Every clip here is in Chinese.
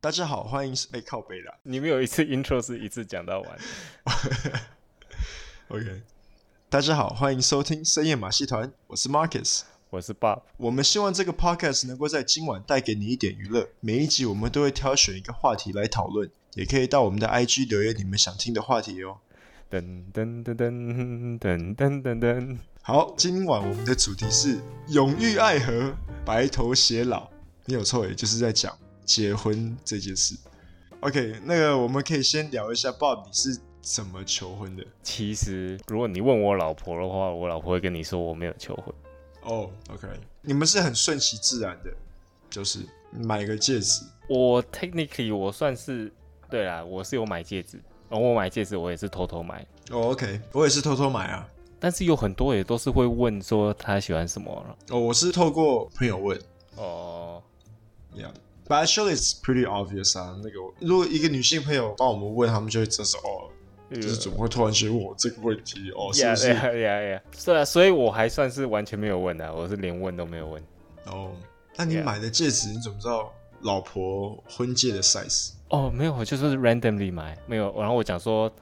大家好，欢迎是哎、靠北啦你没有一次 intro 是一次讲到完， ，OK，大家好，欢迎收听深夜马戏团，我是 Marcus。我是 Bob，我们希望这个 podcast 能够在今晚带给你一点娱乐。每一集我们都会挑选一个话题来讨论，也可以到我们的 IG 留言你们想听的话题哦。噔噔噔噔噔噔噔噔，好，今晚我们的主题是永浴爱河，白头偕老。没有错，也就是在讲结婚这件事。OK，那个我们可以先聊一下，Bob，你是怎么求婚的？其实如果你问我老婆的话，我老婆会跟你说我没有求婚，哦、o k 你们是很顺其自然的，就是买个戒指。我 technically 我算是对啦，我是有买戒指，然后我买戒指我也是偷偷买，哦、o k 我也是偷偷买啊。但是有很多也都是会问说她喜欢什么了，哦、我是透过朋友问。哦、 Yeah. But actually, it's pretty obvious 啊。那个，如果一个女性朋友帮我们问，他们就会真是哦，就是怎么会突然间问我这个问题？哦，是呀不是？呀呀呀！对啊，所以我还算是完全没有问的、我是连问都没有问。哦，那你 Yeah. 买的戒指，你怎么知道老婆婚戒的 size？哦，没有，我就是 randomly 买，没有。然后我讲说，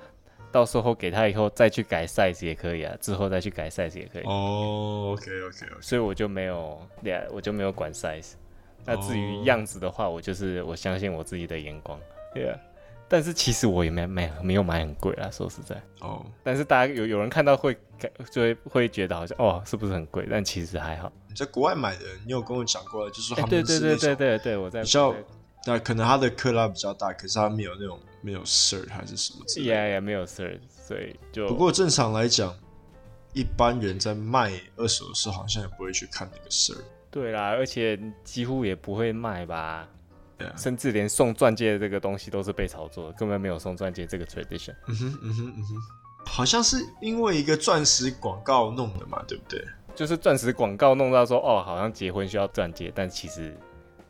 到时候给他以后再去改 size 也可以啊，之后再去改 size 也可以。哦，OK，OK，OK、o k 所以我就没有，对啊，我就没有管 size。那至哦于样子的话，我就是我相信我自己的眼光，对啊。但是其实我也没没没有买很贵啊，说实在。 OK，哦、但是大家有有人看到会感就会会觉得好像哦是不是很贵？但其实还好。你在国外买的，你有跟我讲过，就是说哎、他对们对是那对对种，对对，我在比较在那可能它的克拉比较大，可是它没有那种没有 cert 还是什么之类的。呀呀，没有事儿，所以就不过正常来讲，一般人在卖二手的时候，好像也不会去看那个 cert。对啦，而且几乎也不会卖吧，对啊，甚至连送钻戒这个东西都是被炒作的，根本没有送钻戒这个 tradition。嗯哼，嗯哼，嗯哼，好像是因为一个钻石广告弄的嘛，对不对？就是钻石广告弄到说哦，好像结婚需要钻戒，但其实，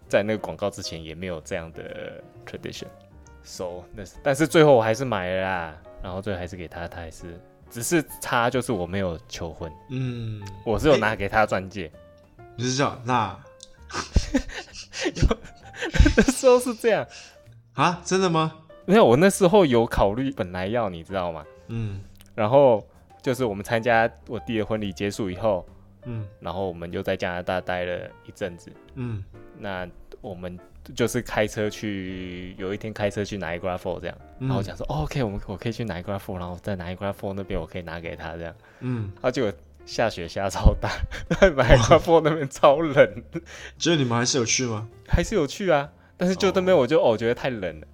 在那个广告之前也没有这样的 tradition。So，那是但是最后我还是买了啦，然后最后还是给他，他还是只是差就是我没有求婚，嗯，我是有拿给他钻戒。 就是这样。那那时候是这样，啊，真的吗？没有，我那时候有考虑本来要你知道吗？嗯然后就是我们参加我弟的婚礼结束以后，嗯然后我们又在加拿大待了一阵子。嗯那我们就是开车去，有一天开车去拿一 g r a f o 这样，嗯然后我讲说、哦、OK，我们我可以去拿一 g r a f o 然后在拿一 g r a f o 那边我可以拿给他这样。嗯，然后结果下雪下超大， 拿哦一 g r a f o 那边超冷，结果你们还是有去吗？还是有去啊，但是就那边我就哦觉得太 冷了。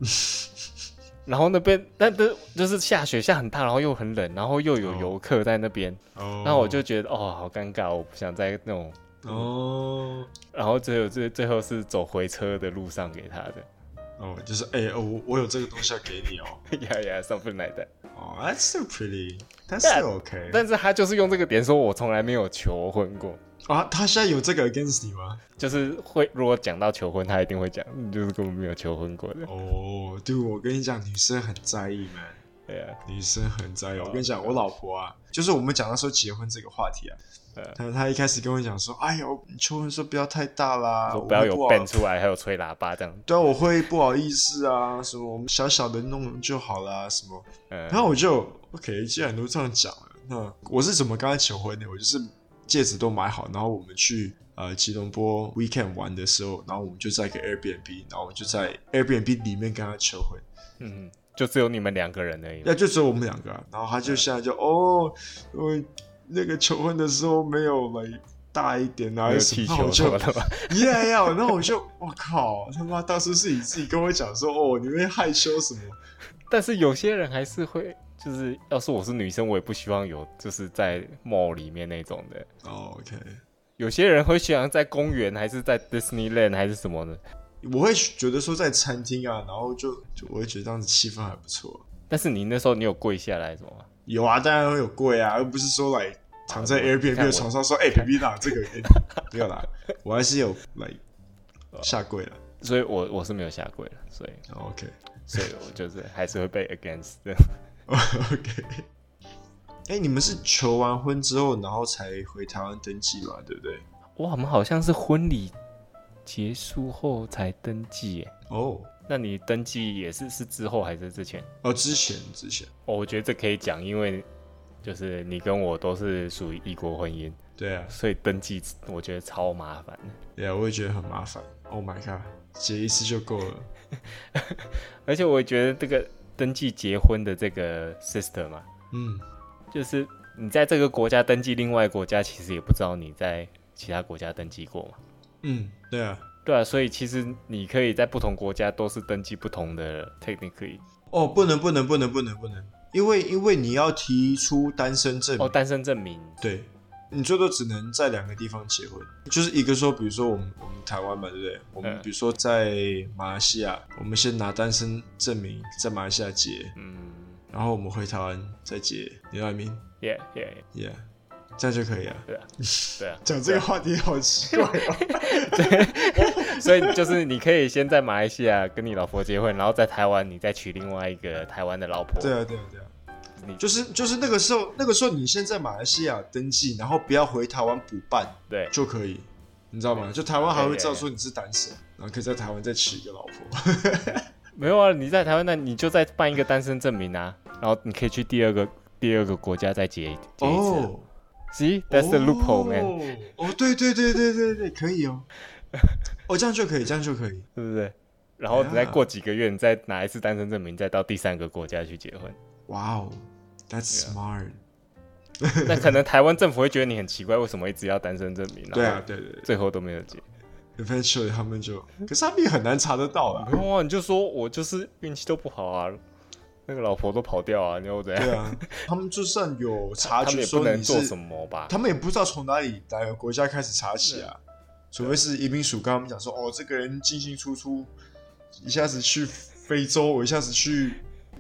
然后那边，但但就是下雪下很大，然后又很冷，然后又有哦游客在那边，哦那我就觉得哦，好尴尬，我不想在那种。哦然后最后最最后是走回车的路上给他的， 哦，就是哎、哦，我我有这个东西要给你哦。呀呀，上分来的。哦，That's still pretty, that's still okay. 但是他就是用这个点说，我从来没有求婚过，啊，他现在有这个 against 你吗？就是会如果讲到求婚，他一定会讲，嗯就是根本没有求婚过的。哦，对，我跟你讲，女生很在意嘛，对啊，女生很在意。我跟你讲，我老婆啊，就是我们讲到说结婚这个话题啊，呃，她她一开始跟我讲说，哎呦，你求婚说不要太大啦，啊说我不要会有好 band 出来，还有吹喇叭这样。对啊，我会不好意思啊，什么我们小小的弄就好啦，什么。嗯然，后我就 OK，既然都这样讲了，那我是怎么跟她求婚的？我就是戒指都买好，然后我们去呃吉隆坡 weekend 玩的时候，然后我们就在一个 Airbnb，然后我们就在 Airbnb 里面跟她求婚。嗯，就只有你们两个人而已。那就只有我们两个、啊。然后他嗯就现在就哦，我那个求婚的时候没有来大一点啊，没有什气么那我球什就么的吧？ yeah yeah，然后我就我靠，他妈当初是你自己跟我讲说哦，你会害羞什么？但是有些人还是会，就是要是我是女生，我也不希望有就是在 mall 里面那种的。哦，OK、o 有些人会喜欢在公园，还是在 Disneyland，还是什么的。 k 我会觉得说在餐厅啊，然后就就我会觉得这样子气氛还不错。但是你那时候你有跪下来什么吗？有啊，当然会有贵啊，而不是说来躺在啊我看 Airbnb 的我床上说，哎、b a b y 啦，这个给你 不要啦，我还是有来啊下跪了。所以我我是没有下跪了，所以 哦 OK。所以我就是还是会被 against 的。 OK。哎、你们是求完婚之后，然后才回台湾登记嘛，对不对？哇，我们好像是婚礼结束后才登记耶。哦那你登记也是是之后还是之前？哦，之前之前，哦，我觉得这可以讲，因为就是你跟我都是属于异国婚姻，对啊，所以登记我觉得超麻烦的。对啊，我也觉得很麻烦。Oh my god，结一次就够了。而且我觉得这个登记结婚的这个 system 啊，嗯，就是你在这个国家登记，另外一个国家其实也不知道你在其他国家登记过嘛。嗯，对啊。对啊，所以其实你可以在不同国家都是登记不同的 technically 哦，不能不能不能不能不能，因为因为你要提出单身证明，哦，单身证明对，你最多只能在两个地方结婚，就是一个说，比如说我们我们台湾嘛，对不对？我们嗯比如说在马来西亚，我们先拿单身证明在马来西亚结，嗯然后我们回台湾再结，你 know what I mean？Yeah， ，yeah yeah，yeah，这样就可以了。对啊，对啊，讲这个话题好奇怪哦。所以就是你可以先在马来西亚跟你老婆结婚，然后在台湾你再娶另外一个台湾的老婆。对啊，对啊，对啊。你就是就是那个时候，那个时候你先在马来西亚登记，然后不要回台湾补办对就可以，你知道吗？就台湾还会知道 Yeah, yeah, yeah. 说你是单身，然后可以在台湾再娶一个老婆。 没有啊，你在台湾那你就再办一个单身证明啊，然后你可以去第二个第二个国家再结一结一次啊。哦 See that's the loophole man，哦，哦，对对对对对对，可以 哦。哦，这样就可以，这样就可以。对不对？然后你再过几个月，你再拿一次单身证明，再到第三个国家去结婚。哇哦，That's Yeah smart。 那可能台湾政府会觉得你很奇怪，为什么一直要单身证明？对啊，，对对最后都没有结。对，Eventually 他们就，可是他们也很难查得到 啦。 没有啊，你就说我就是运气都不好啊，那个老婆都跑掉啊，你要我怎样？ 对啊，他们就算有察他们觉也不说能你做是什么吧？他们也不知道从哪里哪个国家开始查起啊，除非是移民署跟他们讲说，哦，这个人进进出出，一下子去非洲，我一下子去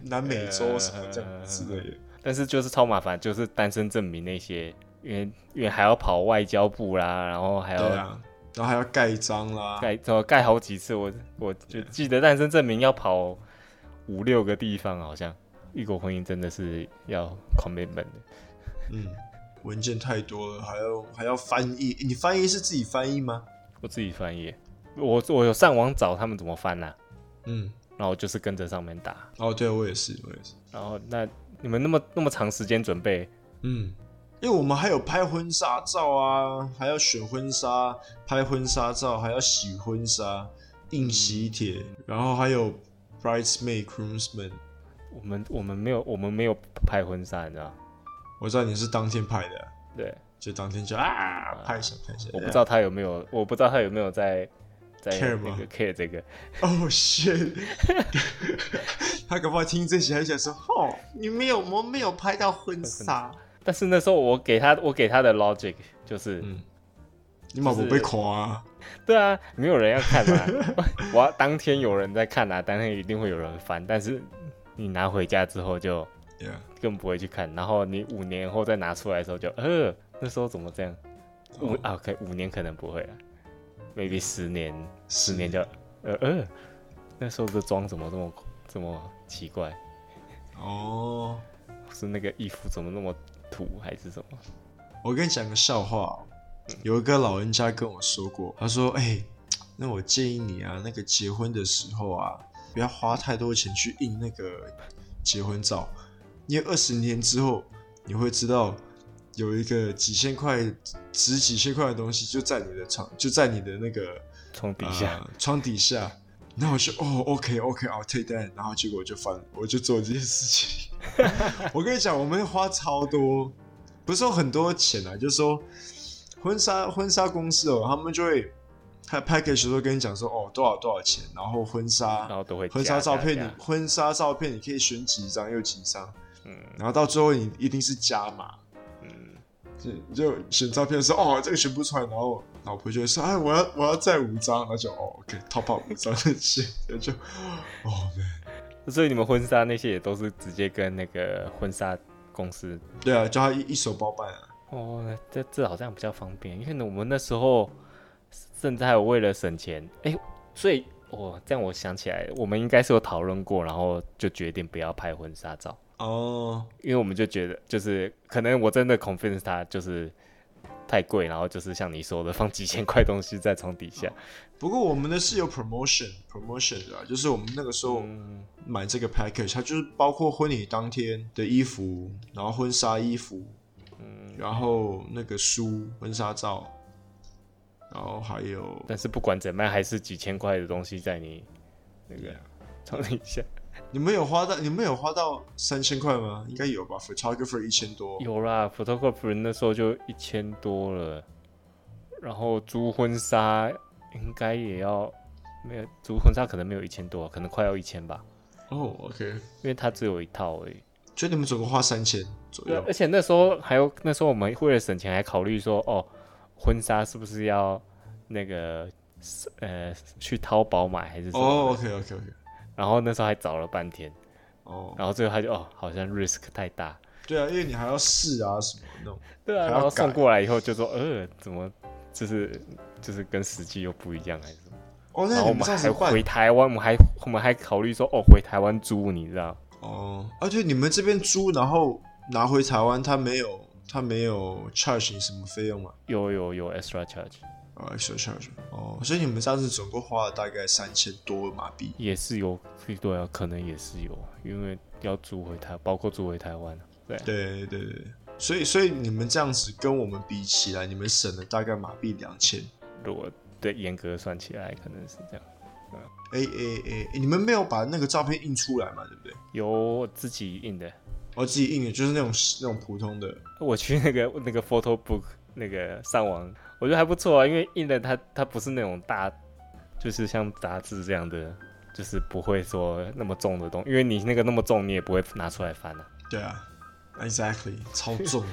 南美洲呃什么这样之类的。但是就是超麻烦，就是单身证明那些，因为因为还要跑外交部啦，然后还对要啊，然后还要盖章啦，呃盖，怎么盖好几次？我我就记得单身证明要跑五六个地方，好像异国婚姻真的是要 commitment 的。嗯，文件太多了，还要还要翻译。你翻译是自己翻译吗？我自己翻译，我我有上网找他们怎么翻啦、啊嗯，然后就是跟着上面打。哦，对我也是，我也是，然后那你们那么那么长时间准备，嗯。因为我们还有拍婚纱照啊，还要选婚纱、拍婚纱照，还要洗婚纱、印喜帖，然后还有 bridesmaid、groomsman。我们我们没有我们没有拍婚纱，你知道吗？我知道你是当天拍的，对，就当天就啊拍一下拍一下。我不知道他有没有，我不知道他有没有在在 Care 那吗个 care 这个。哦、shit！他搞不好听这些还想说，哦，你没有，我没有拍到婚纱。 但是那时候我给他我给他的 logic 就是，嗯你嘛不被夸啊？对啊，没有人要 看嘛，我要当天有人在看啊，当天一定会有人翻，但是你拿回家之后就 Yeah. 更不会去看，然后你五年后再拿出来的时候就，呃，那时候怎么这样？五、哦啊，OK，五年可能不会了，maybe 十年，嗯十十年就，呃呃，那时候的妆怎么这么这么奇怪？哦。是那个衣服怎么那么土，还是什么？我跟你讲个笑话哦、有一个老人家跟我说过，他说：“哎、那我建议你啊，那个结婚的时候啊，不要花太多钱去印那个结婚照，因为二十年之后你会知道有一个几千块、值几千块的东西就在你的床，就在你的那个床底下，呃床底下。”然后我就哦，OK OK，I'll、take that。然后结果我就翻，我就做这件事情。 我跟你讲，我们花超多，不是说很多钱啊，就是说婚纱婚纱公司哦，他们就会他 package 都跟你讲说哦多少多少钱，然后婚纱然后都会婚纱加照加片加你婚纱照片你可以选几张又几张，嗯然后到最后你一定是加码，嗯，就就选照片的时候哦这个选不出来，然后老婆就会说哎我要我要再五张，然后就哦 OK top up 五张的钱，然后就哦 man 所以你们婚纱那些也都是直接跟那个婚纱公司对啊，叫他一一手包办啊，哦，那这这好像比较方便，因为我们那时候甚至还有为了省钱，哎、所以哦，这样我想起来，我们应该是有讨论过，然后就决定不要拍婚纱照，哦因为我们就觉得就是可能我真的 convince 他，就是太贵，然后就是像你说的，放几千块东西在床底下。不过我们的是有 promotion promotion 的啊、就是我们那个时候嗯，买这个 package，它就是包括婚礼当天的衣服，然后婚纱衣服，嗯，然后那个书、婚纱照，然后还有但是不管怎么样，还是几千块的东西在你那个，床底下。你们有花到你们有花到三千块吗？应该有吧，photographer 一千多，有啦，photographer 那时候就一千多了，然后租婚纱应该也要没有租婚纱可能没有一千多，可能快要一千吧，哦，OK，因为它只有一套而已。所以你们总共花三千左对啊右，而且那时候还有那时候我们为了省钱还考虑说，哦，婚纱是不是要那个呃去淘宝买还是什么？哦，OK OK OK，然后那时候还找了半天，哦，然后最后他就哦好像 risk 太大，对啊，因为你还要试啊什么那种，对啊，还要然后送改过来以后就说呃怎么就是就是跟实际又不一样还是什么？哦，然那后你我们们这样还子办回台湾，我们还我们还考虑说哦回台湾租，你知道？哦，而且你们这边租，然后拿回台湾，他没有他没有 charge 你什么费用吗？有有有 extra charge 啊、e x t r a charge 哦，所以你们上次总共花了大概三千多马币。也是有，对啊，可能也是有，因为要租回台，包括租回台湾。对对对，所以所以你们这样子跟我们比起来，你们省了大概马币两千。如果对严格算起来，可能是这样。哎哎哎，诶你们没有把那个照片印出来嘛？对不对？有我自己印的，我、自己印的，就是那种那种普通的。我去那个那个 photo book 那个上网，我觉得还不错啊，因为印的它它不是那种大，就是像杂志这样的，就是不会说那么重的东因为你那个那么重，你也不会拿出来翻啊。对啊，exactly，超 重的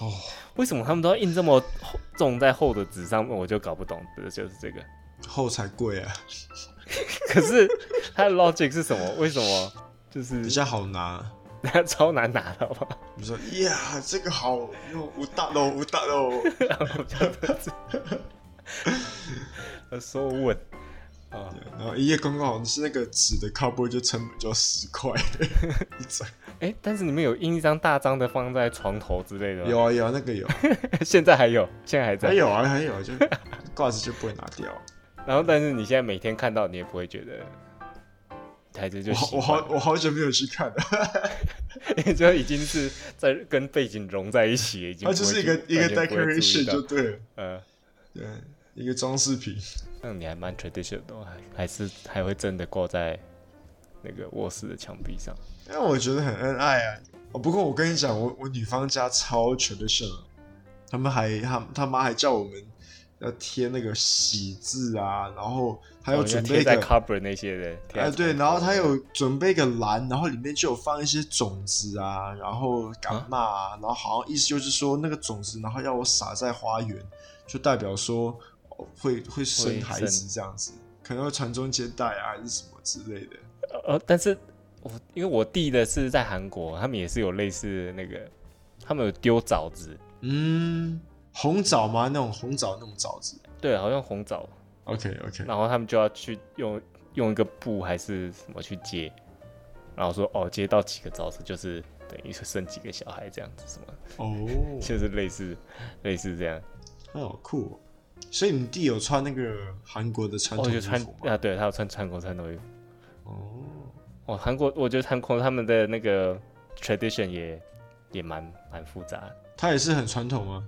哦。为什么他们都要印这么厚重在厚的纸上面？我就搞不懂的就是这个。 厚才贵啊，可是它的 logic 是什么？为什么就是比较好拿。它 超难拿的吧？你说呀，这个好，我大喽，我大 喽。 说稳啊，然后一夜公告，是那个纸的 cover 就成本就要十 块一张。哎、但是你们有印一张大张的放在床头之类的吗？有，啊有啊，那个有， 现在还有，现在还在。还有啊还有啊，就挂着就不会拿掉。然后，但是你现在每天看到，你也不会觉得，台子 就我好习我惯 好我好久没有去看了，了，就已经是在跟背景融在一起了，已经它不会 哦就是一去个一个完全不会注意 decoration 到就对了，呃，对，一个装饰品。那你还蛮 traditional 的哦，还还是还会真的挂在那个卧室的墙壁上。但我觉得很恩爱啊。哦，不过我跟你讲，我我女方家超 traditional，他们还他他妈还叫我们要贴那个喜字啊，然后还有哦因为准备贴一个在 cover 那些的，贴在哎，对，床然后头它有准备一个篮，然后里面就有放一些种子啊，然后橄榄啊，然后好像意思就是说那个种子，然后要我撒在花园，就代表说哦会会生会孩子这样子，可能会传宗接代啊，还是什么之类的。呃，但是我因为我弟的是在韩国，他们也是有类似那个，他们有丢枣子，嗯，红枣吗？那种红枣那种枣子。对，好像红枣， OK OK，然后他们就要去用用一个布还是什么去接，然后说哦，接到几个枣子就是等于是生几个小孩这样子，什么哦，就是类似类似这样，那好酷、哦。所以你弟有穿那个韩国的传哦，统就衣穿服吗？啊，对，他有穿韩国穿的衣服，哦，哦，韩国我觉得韩国他们的那个 tradition 也也蛮蛮复杂的。他也是很传统吗？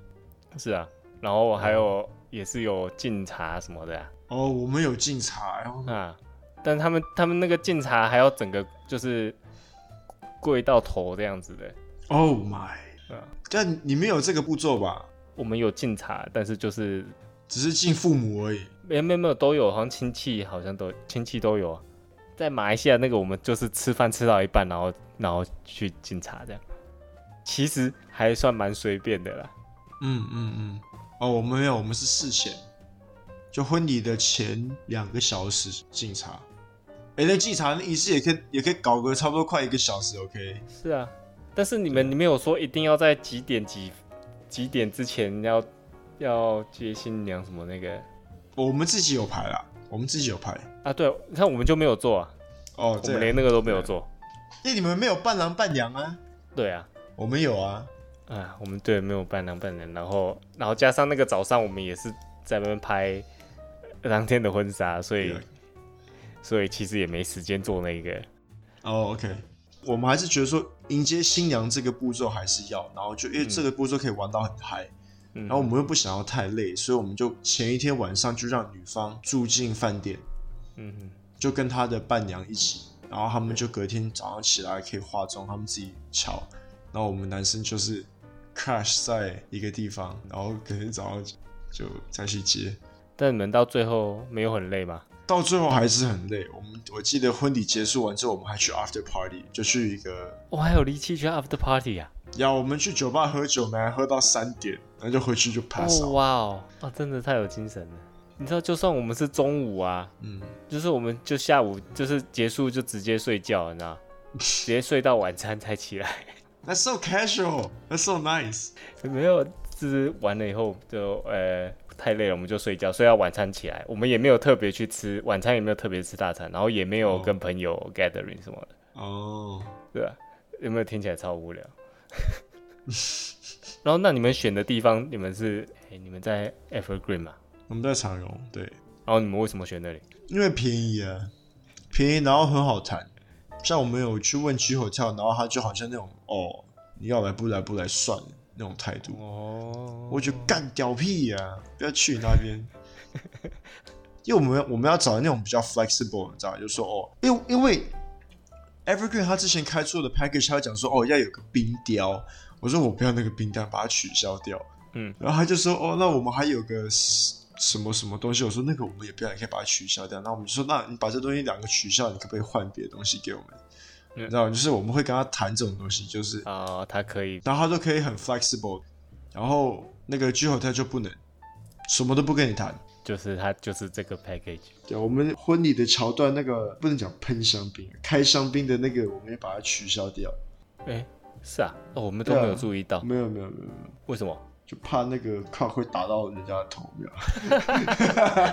是啊，然后还有也是有敬茶什么的啊，哦，我们有敬茶，哎然后啊但他们他们那个敬茶还要整个就是跪到头这样子的， Oh my！啊，但你没有这个步骤吧？我们有敬茶，但是就是只是敬父母而已。没没没有都有，好像亲戚好像都亲戚都有啊，在马来西亚那个我们就是吃饭吃到一半，然后然后去敬茶这样，其实还算蛮随便的啦，嗯嗯嗯。哦，我们没有，我们是事前，就婚礼的前两个小时敬茶。哎、那敬茶那仪式也可以，也可以搞个差不多快一个小时。OK，是啊，但是你们你们有说一定要在几点几几点之前要要接新娘什么那个我们自己有牌啦，我们自己有牌。啊？对，你看我们就没有做啊，哦，我对们啊，连那个都没有做。那你们没有伴郎伴娘啊？对啊，我们有啊。啊，我们队没有伴郎伴娘，然后然后加上那个早上我们也是在那边拍当天的婚纱，所以 Yeah 所以其实也没时间做那个。哦、o k 我们还是觉得说迎接新娘这个步骤还是要，然后就因为这个步骤可以玩到很嗨、嗯然后我们又不想要太累，所以我们就前一天晚上就让女方住进饭店，嗯哼就跟她的伴娘一起，然后他们就隔天早上起来可以化妆，他们自己瞧，然后我们男生就是 crash 在一个地方，然后隔天早上就再去接，但你们到最后没有很累吗？到最后还是很累。我们我记得婚礼结束完之后，我们还去 after party，就去一个我、哦还有力气去 after party 啊！呀，我们去酒吧喝酒，我们还喝到三点，然后就回去就 pass 哦 out。哇哦，哇，真的太有精神了。你知道，就算我们是中午啊，嗯，就是我们就下午就是结束就直接睡觉，你 知道，直接睡到晚餐才起来。 That's so casual. That's so nice. 没有，就是完了以后就呃太累了，我们就睡觉，睡到晚餐起来。我们也没有特别去吃晚餐，也没有特别吃大餐，然后也没有哦跟朋友 gathering 什么的，哦、对吧、有没有听起来超无聊？然后那你们选的地方，你们是哎你们在 Evergreen 嘛？我们在长荣，对，然后你们为什么选那里？因为便宜啊，便宜，然后很好谈。像我们有去问居口跳，然后他就好像那种哦，你要来不来不来算了那种态度，哦我觉得干屌屁呀、不要去那边。 因为我们我们要找那种比较 flexible，你知道吗？就说哦，因为因为 Evergreen 他之前开出的 package，他讲说哦要有个冰雕，我说我不要那个冰雕，把它取消掉。嗯，然后他就说哦，那我们还有个什什么什么东西，我说那个我们也不要，也可以把它取消掉。那我们就说，那你把这东西两个取消，你可不可以换别的东西给我们？嗯你知道吗，就是我们会跟他谈这种东西，就是啊、他可以然后他都可以很 flexible，然后那个 G hotel 就不能，什么都不跟你谈。就是他就是这个 package，对，我们婚礼的桥段那个不能讲喷香槟，开香槟的那个我们也把它取消掉。哎、是啊，哦，我们都对啊没有注意到，没有没有没有没有，为什么？就怕那个 cock 会打到人家的头 没有。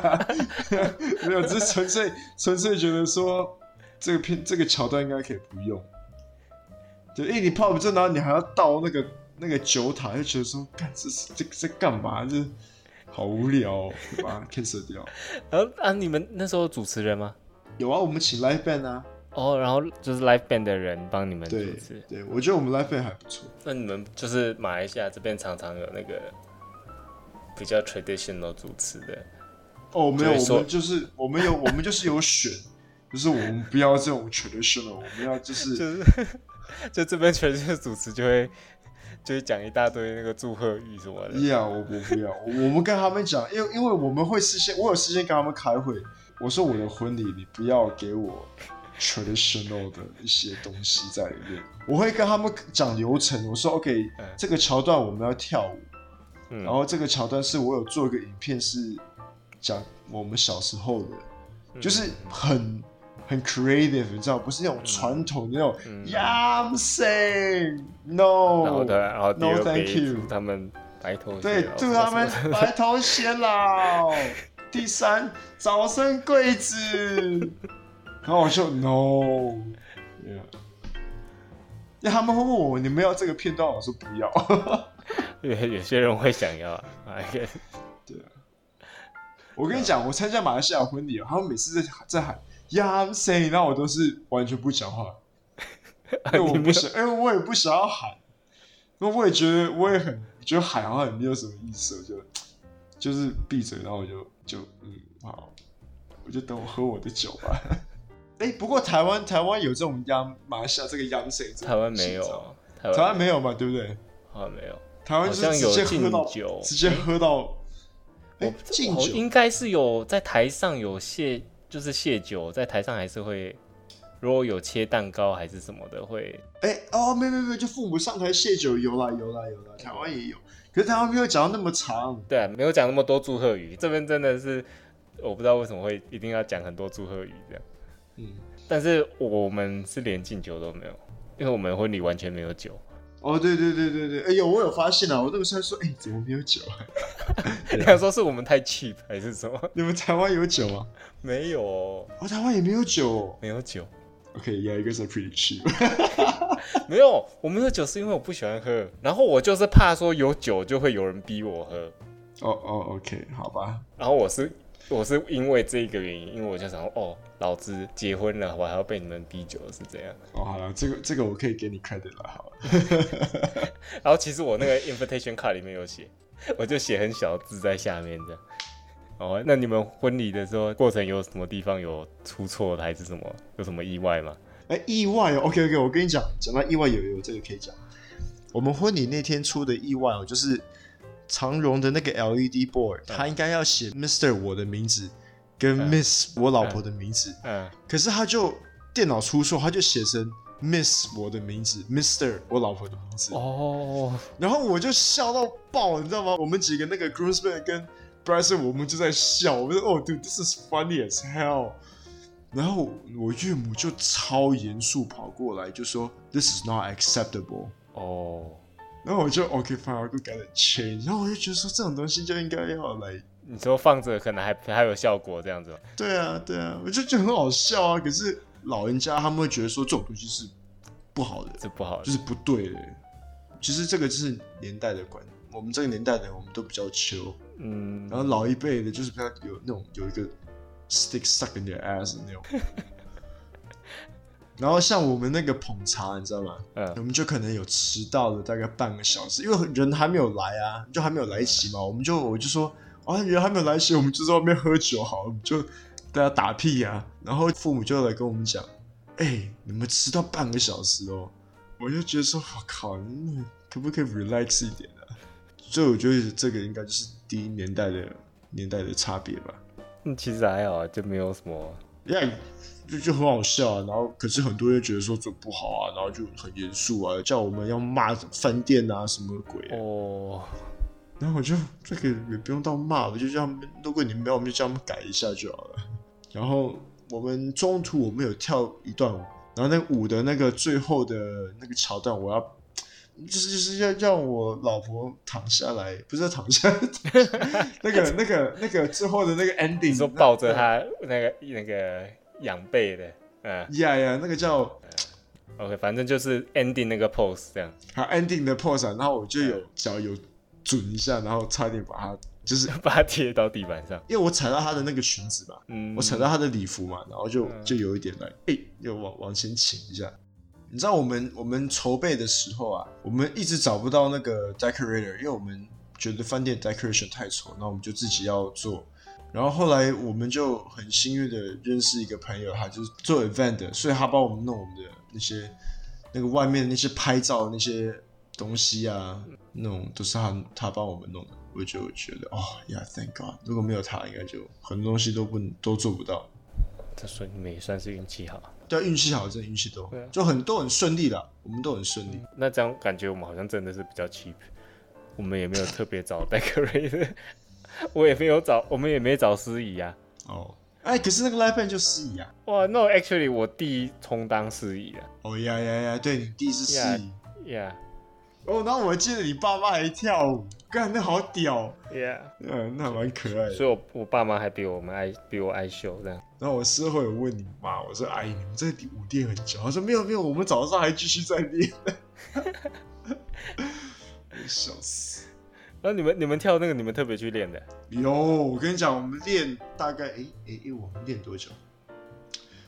没有，只是纯粹纯粹觉得说这个片这个桥段应该可以不用。对，因为你 pop 正然后你还要倒那个那个酒塔，就觉得说，干这是这这干嘛？这好无聊、哦， 就把它 cancel 掉。然后啊，你们那时候有主持人吗？有啊，我们请 live band 啊，哦，然后就是 live band 的人帮你们主对持。对，我觉得我们 live band 还不错。那你们就是马来西亚这边常常有那个比较 traditional 主持的，哦，没有，对我说们就是我们有我们就是有选，就是我们不要这种 traditional，我们要就是就是 就这边全是主持就会就会讲一大堆那个祝贺语什么的。 Yeah，我我不要，我我们跟他们讲，因为因为我们会事先，我有事先跟他们开会，我说我的婚礼你不要给我 traditional 的一些东西在里面，我会跟他们讲流程，我说 OK，嗯这个桥段我们要跳舞，嗯然后这个桥段是我有做一个影片是讲我们小时候的，嗯就是很。很 creative，你知道，不是那种传统的那种、嗯 Yeah, I'm saying no，然后的，然后第 No, 二杯 thank Oh， you 祝他们白头偕对，老祝他们什么什么白头偕老。第三，早生贵子。然后我就 no，Yeah 那他们会问我你们要这个片段，我说不要。有 有些人会想要啊，哎 我跟你讲，我参加马来西亚婚礼哦，他们每次在在喊 Yeah I'm saying，那我都是完全不讲话， 哎因为我不想，因为我也不想要喊，那我也觉得我也很觉得喊好像也没有什么意思，我就就是闭嘴，然后我就就嗯好，我就等我喝我的酒吧。 哎、不过台湾台湾有这种央马来西亚这个央 saying，台湾啊没有，台台湾没没有嘛，对不对？台湾没有，台湾就是直接喝好到像有敬酒直接喝到，哎、我敬我酒应该是有在台上有谢，就是谢酒，在台上还是会，如果有切蛋糕还是什么的会，哎、哦，没有没有没有，就父母上台谢酒，有啦有啦有啦，台湾也有，可是台湾没有讲到那么长。对、啊，没有讲那么多祝贺语，这边真的是我不知道为什么会一定要讲很多祝贺语这样，嗯，但是我们是连敬酒都没有，因为我们婚礼完全没有酒，哦，对对对对对，哎、呦，我有发现啊，我那个时候说，哎、怎么没有酒啊？ 你想说是我们太 cheap 还是什么？ 你们台湾有酒吗？没有，哦，台湾也没有酒哦。没有酒， OK，yeah，I guess I'm pretty cheap。 没有，我们喝酒是因为我不喜欢喝，然后我就是怕说有酒就会有人逼我喝，哦哦，OK，好吧，然后我是我是因为这个原因，因为我就想说哦，老子结婚了，我还要被你们逼酒是这样。哦，好了，这个这个我可以给你 credit 了，好了，然后其实我那个 invitation card 里面有写，我就写很小字在下面这样。哦，那你们婚礼的时候过程有什么地方有出错还是什么？有什么意外吗？哎、意外哦，OK OK，我跟你讲，讲到意外有有这个可以讲。我们婚礼那天出的意外哦，就是长荣的那个 LED board，他应该要写 Mr 我的名字跟嗯 Miss 我老婆的名字，嗯，可是他就电脑出错，他就写成 Miss 我的名字，Mr 我老婆的名字。哦，然后我就笑到爆，你知道吗？我们几个那个 groomsmen 跟 Bryson，我们就在笑，我们说哦，dude，this is funny as hell。然后我岳母就超严肃跑过来，就说 this is not acceptable。哦，然后我就 OK fine，I go get it change。然后我就觉得说这种东西就应该要来，你说放着可能还还有效果这样子吗，对啊对啊，我就觉得很好笑啊。可是老人家他们会觉得说这种东西是不好的，这不好。就是不对的。其实这个就是年代的关，我们这个年代的人，我们都比较 chill。嗯，然后老一辈的就是比较有那种有一个 stick stuck in their ass 的那种。然后像我们那个捧茶，你知道吗？我嗯，们就可能有迟到了大概半个小时，因为人还没有来啊，就还没有来齐嘛。我们就我就说，啊，人还没有来齐，我们就在外面喝酒好了，我们就大家打屁呀、然后父母就来跟我们讲，哎、你们迟到半个小时哦。我就觉得说，我靠，你们可不可以 relax 一点啊？所以我觉得这个应该就是第一年代的年代的差别吧。嗯其实还好啊，就没有什么。 yeah, 就就很好笑、啊，然后可是很多人觉得说这不好啊，然后就很严肃啊，叫我们要骂饭店啊什么鬼啊、哦，然后我就这个也不用到骂，我就叫他们，如果你没有，我们就叫他们改一下就好了。然后我们中途我们有跳一段舞，然后那个舞的那个最后的那个桥段，我要。就是就是要让我老婆躺下来，不是躺下， 那个那个那个最后的那个 ending，你说那抱着他嗯那个那个仰背的，嗯呀呀，那个叫，OK，反正就是 ending 那个 pose 这样。 好 ending 的 pose，、啊、然后我就有脚有准一下，然后差点把它，就是把它贴到地板上。因为我踩到她的那个裙子嘛，嗯，我踩到她的礼服嘛，然后就嗯就有一点来，哎、又往往前倾一下。你知道我们我们筹备的时候啊，我们一直找不到那个 decorator，因为我们觉得饭店 decoration 太丑，那我们就自己要做。然后后来我们就很幸运的认识一个朋友，他就是做 event 的，所以他帮我们弄我们的那些那个外面那些拍照的那些东西啊，那种都是他他帮我们弄的。我就觉得哦呀、t h a n k God，如果没有他，应该就很多东西都不能都做不到。这算你们也算是运气好。对啊，运气好，真的运气都对啊嗯就很都很顺利啦，我们都很顺利。那这样感觉我们好像真的是比较 cheap，我们也没有特别找 decorator，我 也没有找，我们也没找司仪啊。哦，哎，可是那个 live band 就司仪啊。哇，No，actually 我弟充当司仪啊了哦呀呀呀，对你弟是司呀仪。 ，Yeah，Yeah，哦，然后我记得你爸妈还跳舞，干那好屌，嗯，那还蛮可爱的。所以我我爸妈还比我们爱比我爱秀这样。然后我事后有问你妈，我说阿姨，你们这舞练很久，她说没有没有，我们早上还继续在 练。 笑死！那你们你们跳那个你们特别去练的，有，我跟你讲，我们练大概，诶诶诶，我们练多久？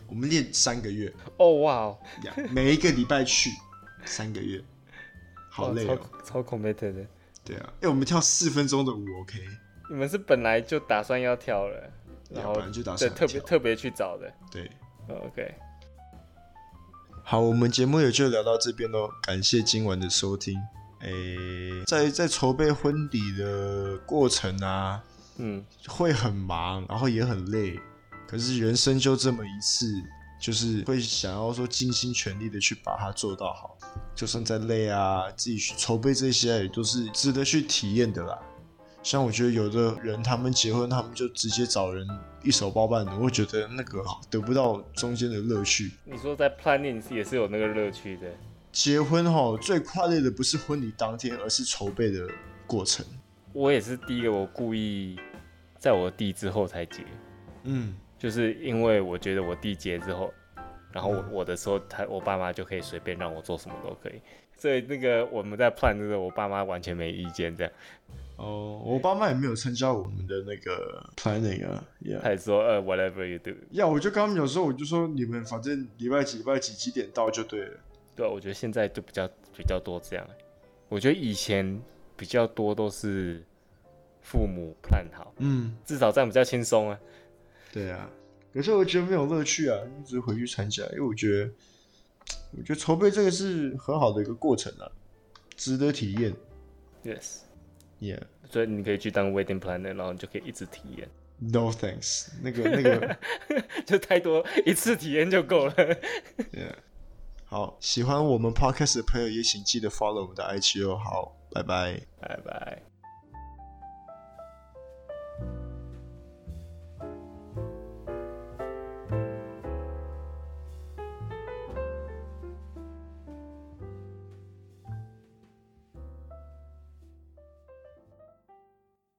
我们练三个月，哦哇哦，呀 每一个礼拜去，三个月，好累哇哦。超超 committed 的。对啊，诶，我们跳四分钟的舞，OK，你们是本来就打算要跳了，然后啊要不然就打对算特别跳特别去找的。哦对。 OK，好，我们节目也就聊到这边喽，感谢今晚的收听。诶、在在筹备婚礼的过程啊，嗯，会很忙，然后也很累，可是人生就这么一次，就是会想要说尽心全力的去把它做到好，就算再累啊，自己去筹备这些也都是值得去体验的啦。像我觉得有的人他们结婚，他们就直接找人一手包办的，我会觉得那个得不到中间的乐趣。你说在 planning 也是有那个乐趣的，结婚哈，最快乐的不是婚礼当天，而是筹备的过程。我也是第一个，我故意在我弟之后才结，嗯，就是因为我觉得我弟结之后，然后嗯我我的时候，他我爸妈就可以随便让我做什么都可以。所以那个我们在 plan 这个，我爸妈完全没意见，这样哦，我爸妈也没有参加我们的那个 planning 啊，Yeah。他也说呃 whatever you do，呀、我就跟他们有时候我就说你们反正礼拜几礼拜几几点到就对了。对啊、我觉得现在就比较比较多这样。欸我觉得以前比较多都是父母 plan 好，嗯，至少这样比较轻松啊。对啊。可是我觉得没有乐趣啊，一直回去参加，因为我觉得，我觉得筹备这个是很好的一个过程啊，值得体验。 Yes， Yeah。所以你可以去当 wedding planner，然后你就可以一直体验， No thanks，那 个那个就太多一次体验就够了。 ，Yeah。好，喜欢我们 podcast 的朋友也请记得 follow 我们的 IG 哦。好，拜拜。拜拜。